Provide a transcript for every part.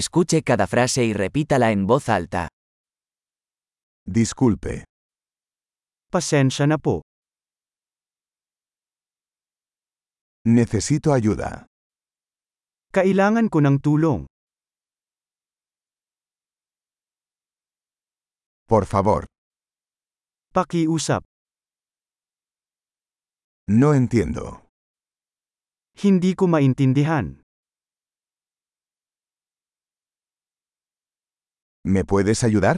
Escuche cada frase y repítala en voz alta. Disculpe. Pasensya na po. Necesito ayuda. Kailangan ko ng tulong. Por favor. Pakiusap. No entiendo. Hindi ko maintindihan. ¿Me puedes ayudar?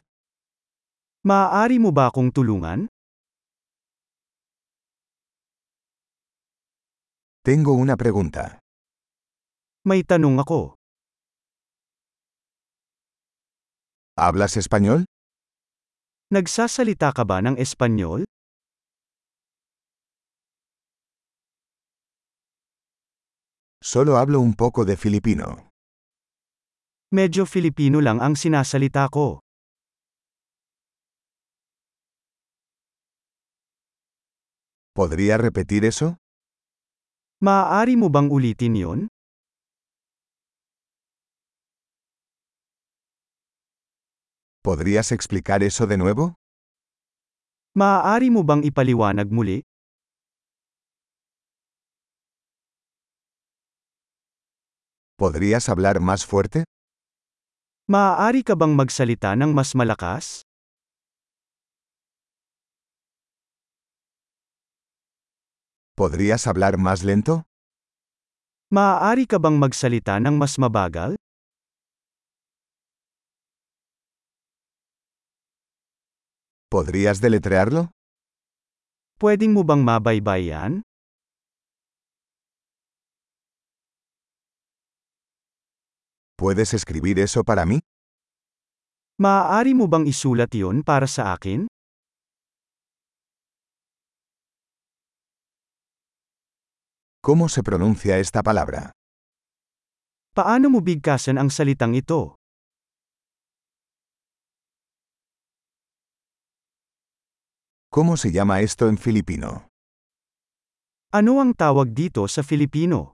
Maaari mo ba akong tulungan? Tengo una pregunta. May tanong ako. ¿Hablas español? Nagsasalita ka ba ng Espanyol? Solo hablo un poco de filipino. Medyo Filipino lang ang sinasalita ko. ¿Podría repetir eso? Maaari mo bang ulitin yon? ¿Podrías explicar eso de nuevo? Maaari mo bang ipaliwanag muli? ¿Podrías hablar más fuerte? Maaari ka bang magsalita ng mas malakas? ¿Podrías hablar más lento? Maaari ka bang magsalita ng mas mabagal? ¿Podrías deletrearlo? Pwedeng mo bang mabaybayan? ¿Puedes escribir eso para mí? Maaari mo bang isulat yon para sa akin? ¿Cómo se pronuncia esta palabra? Paano mo bigkasan ang salitang ito? ¿Cómo se llama esto en filipino? Ano ang tawag dito sa Filipino?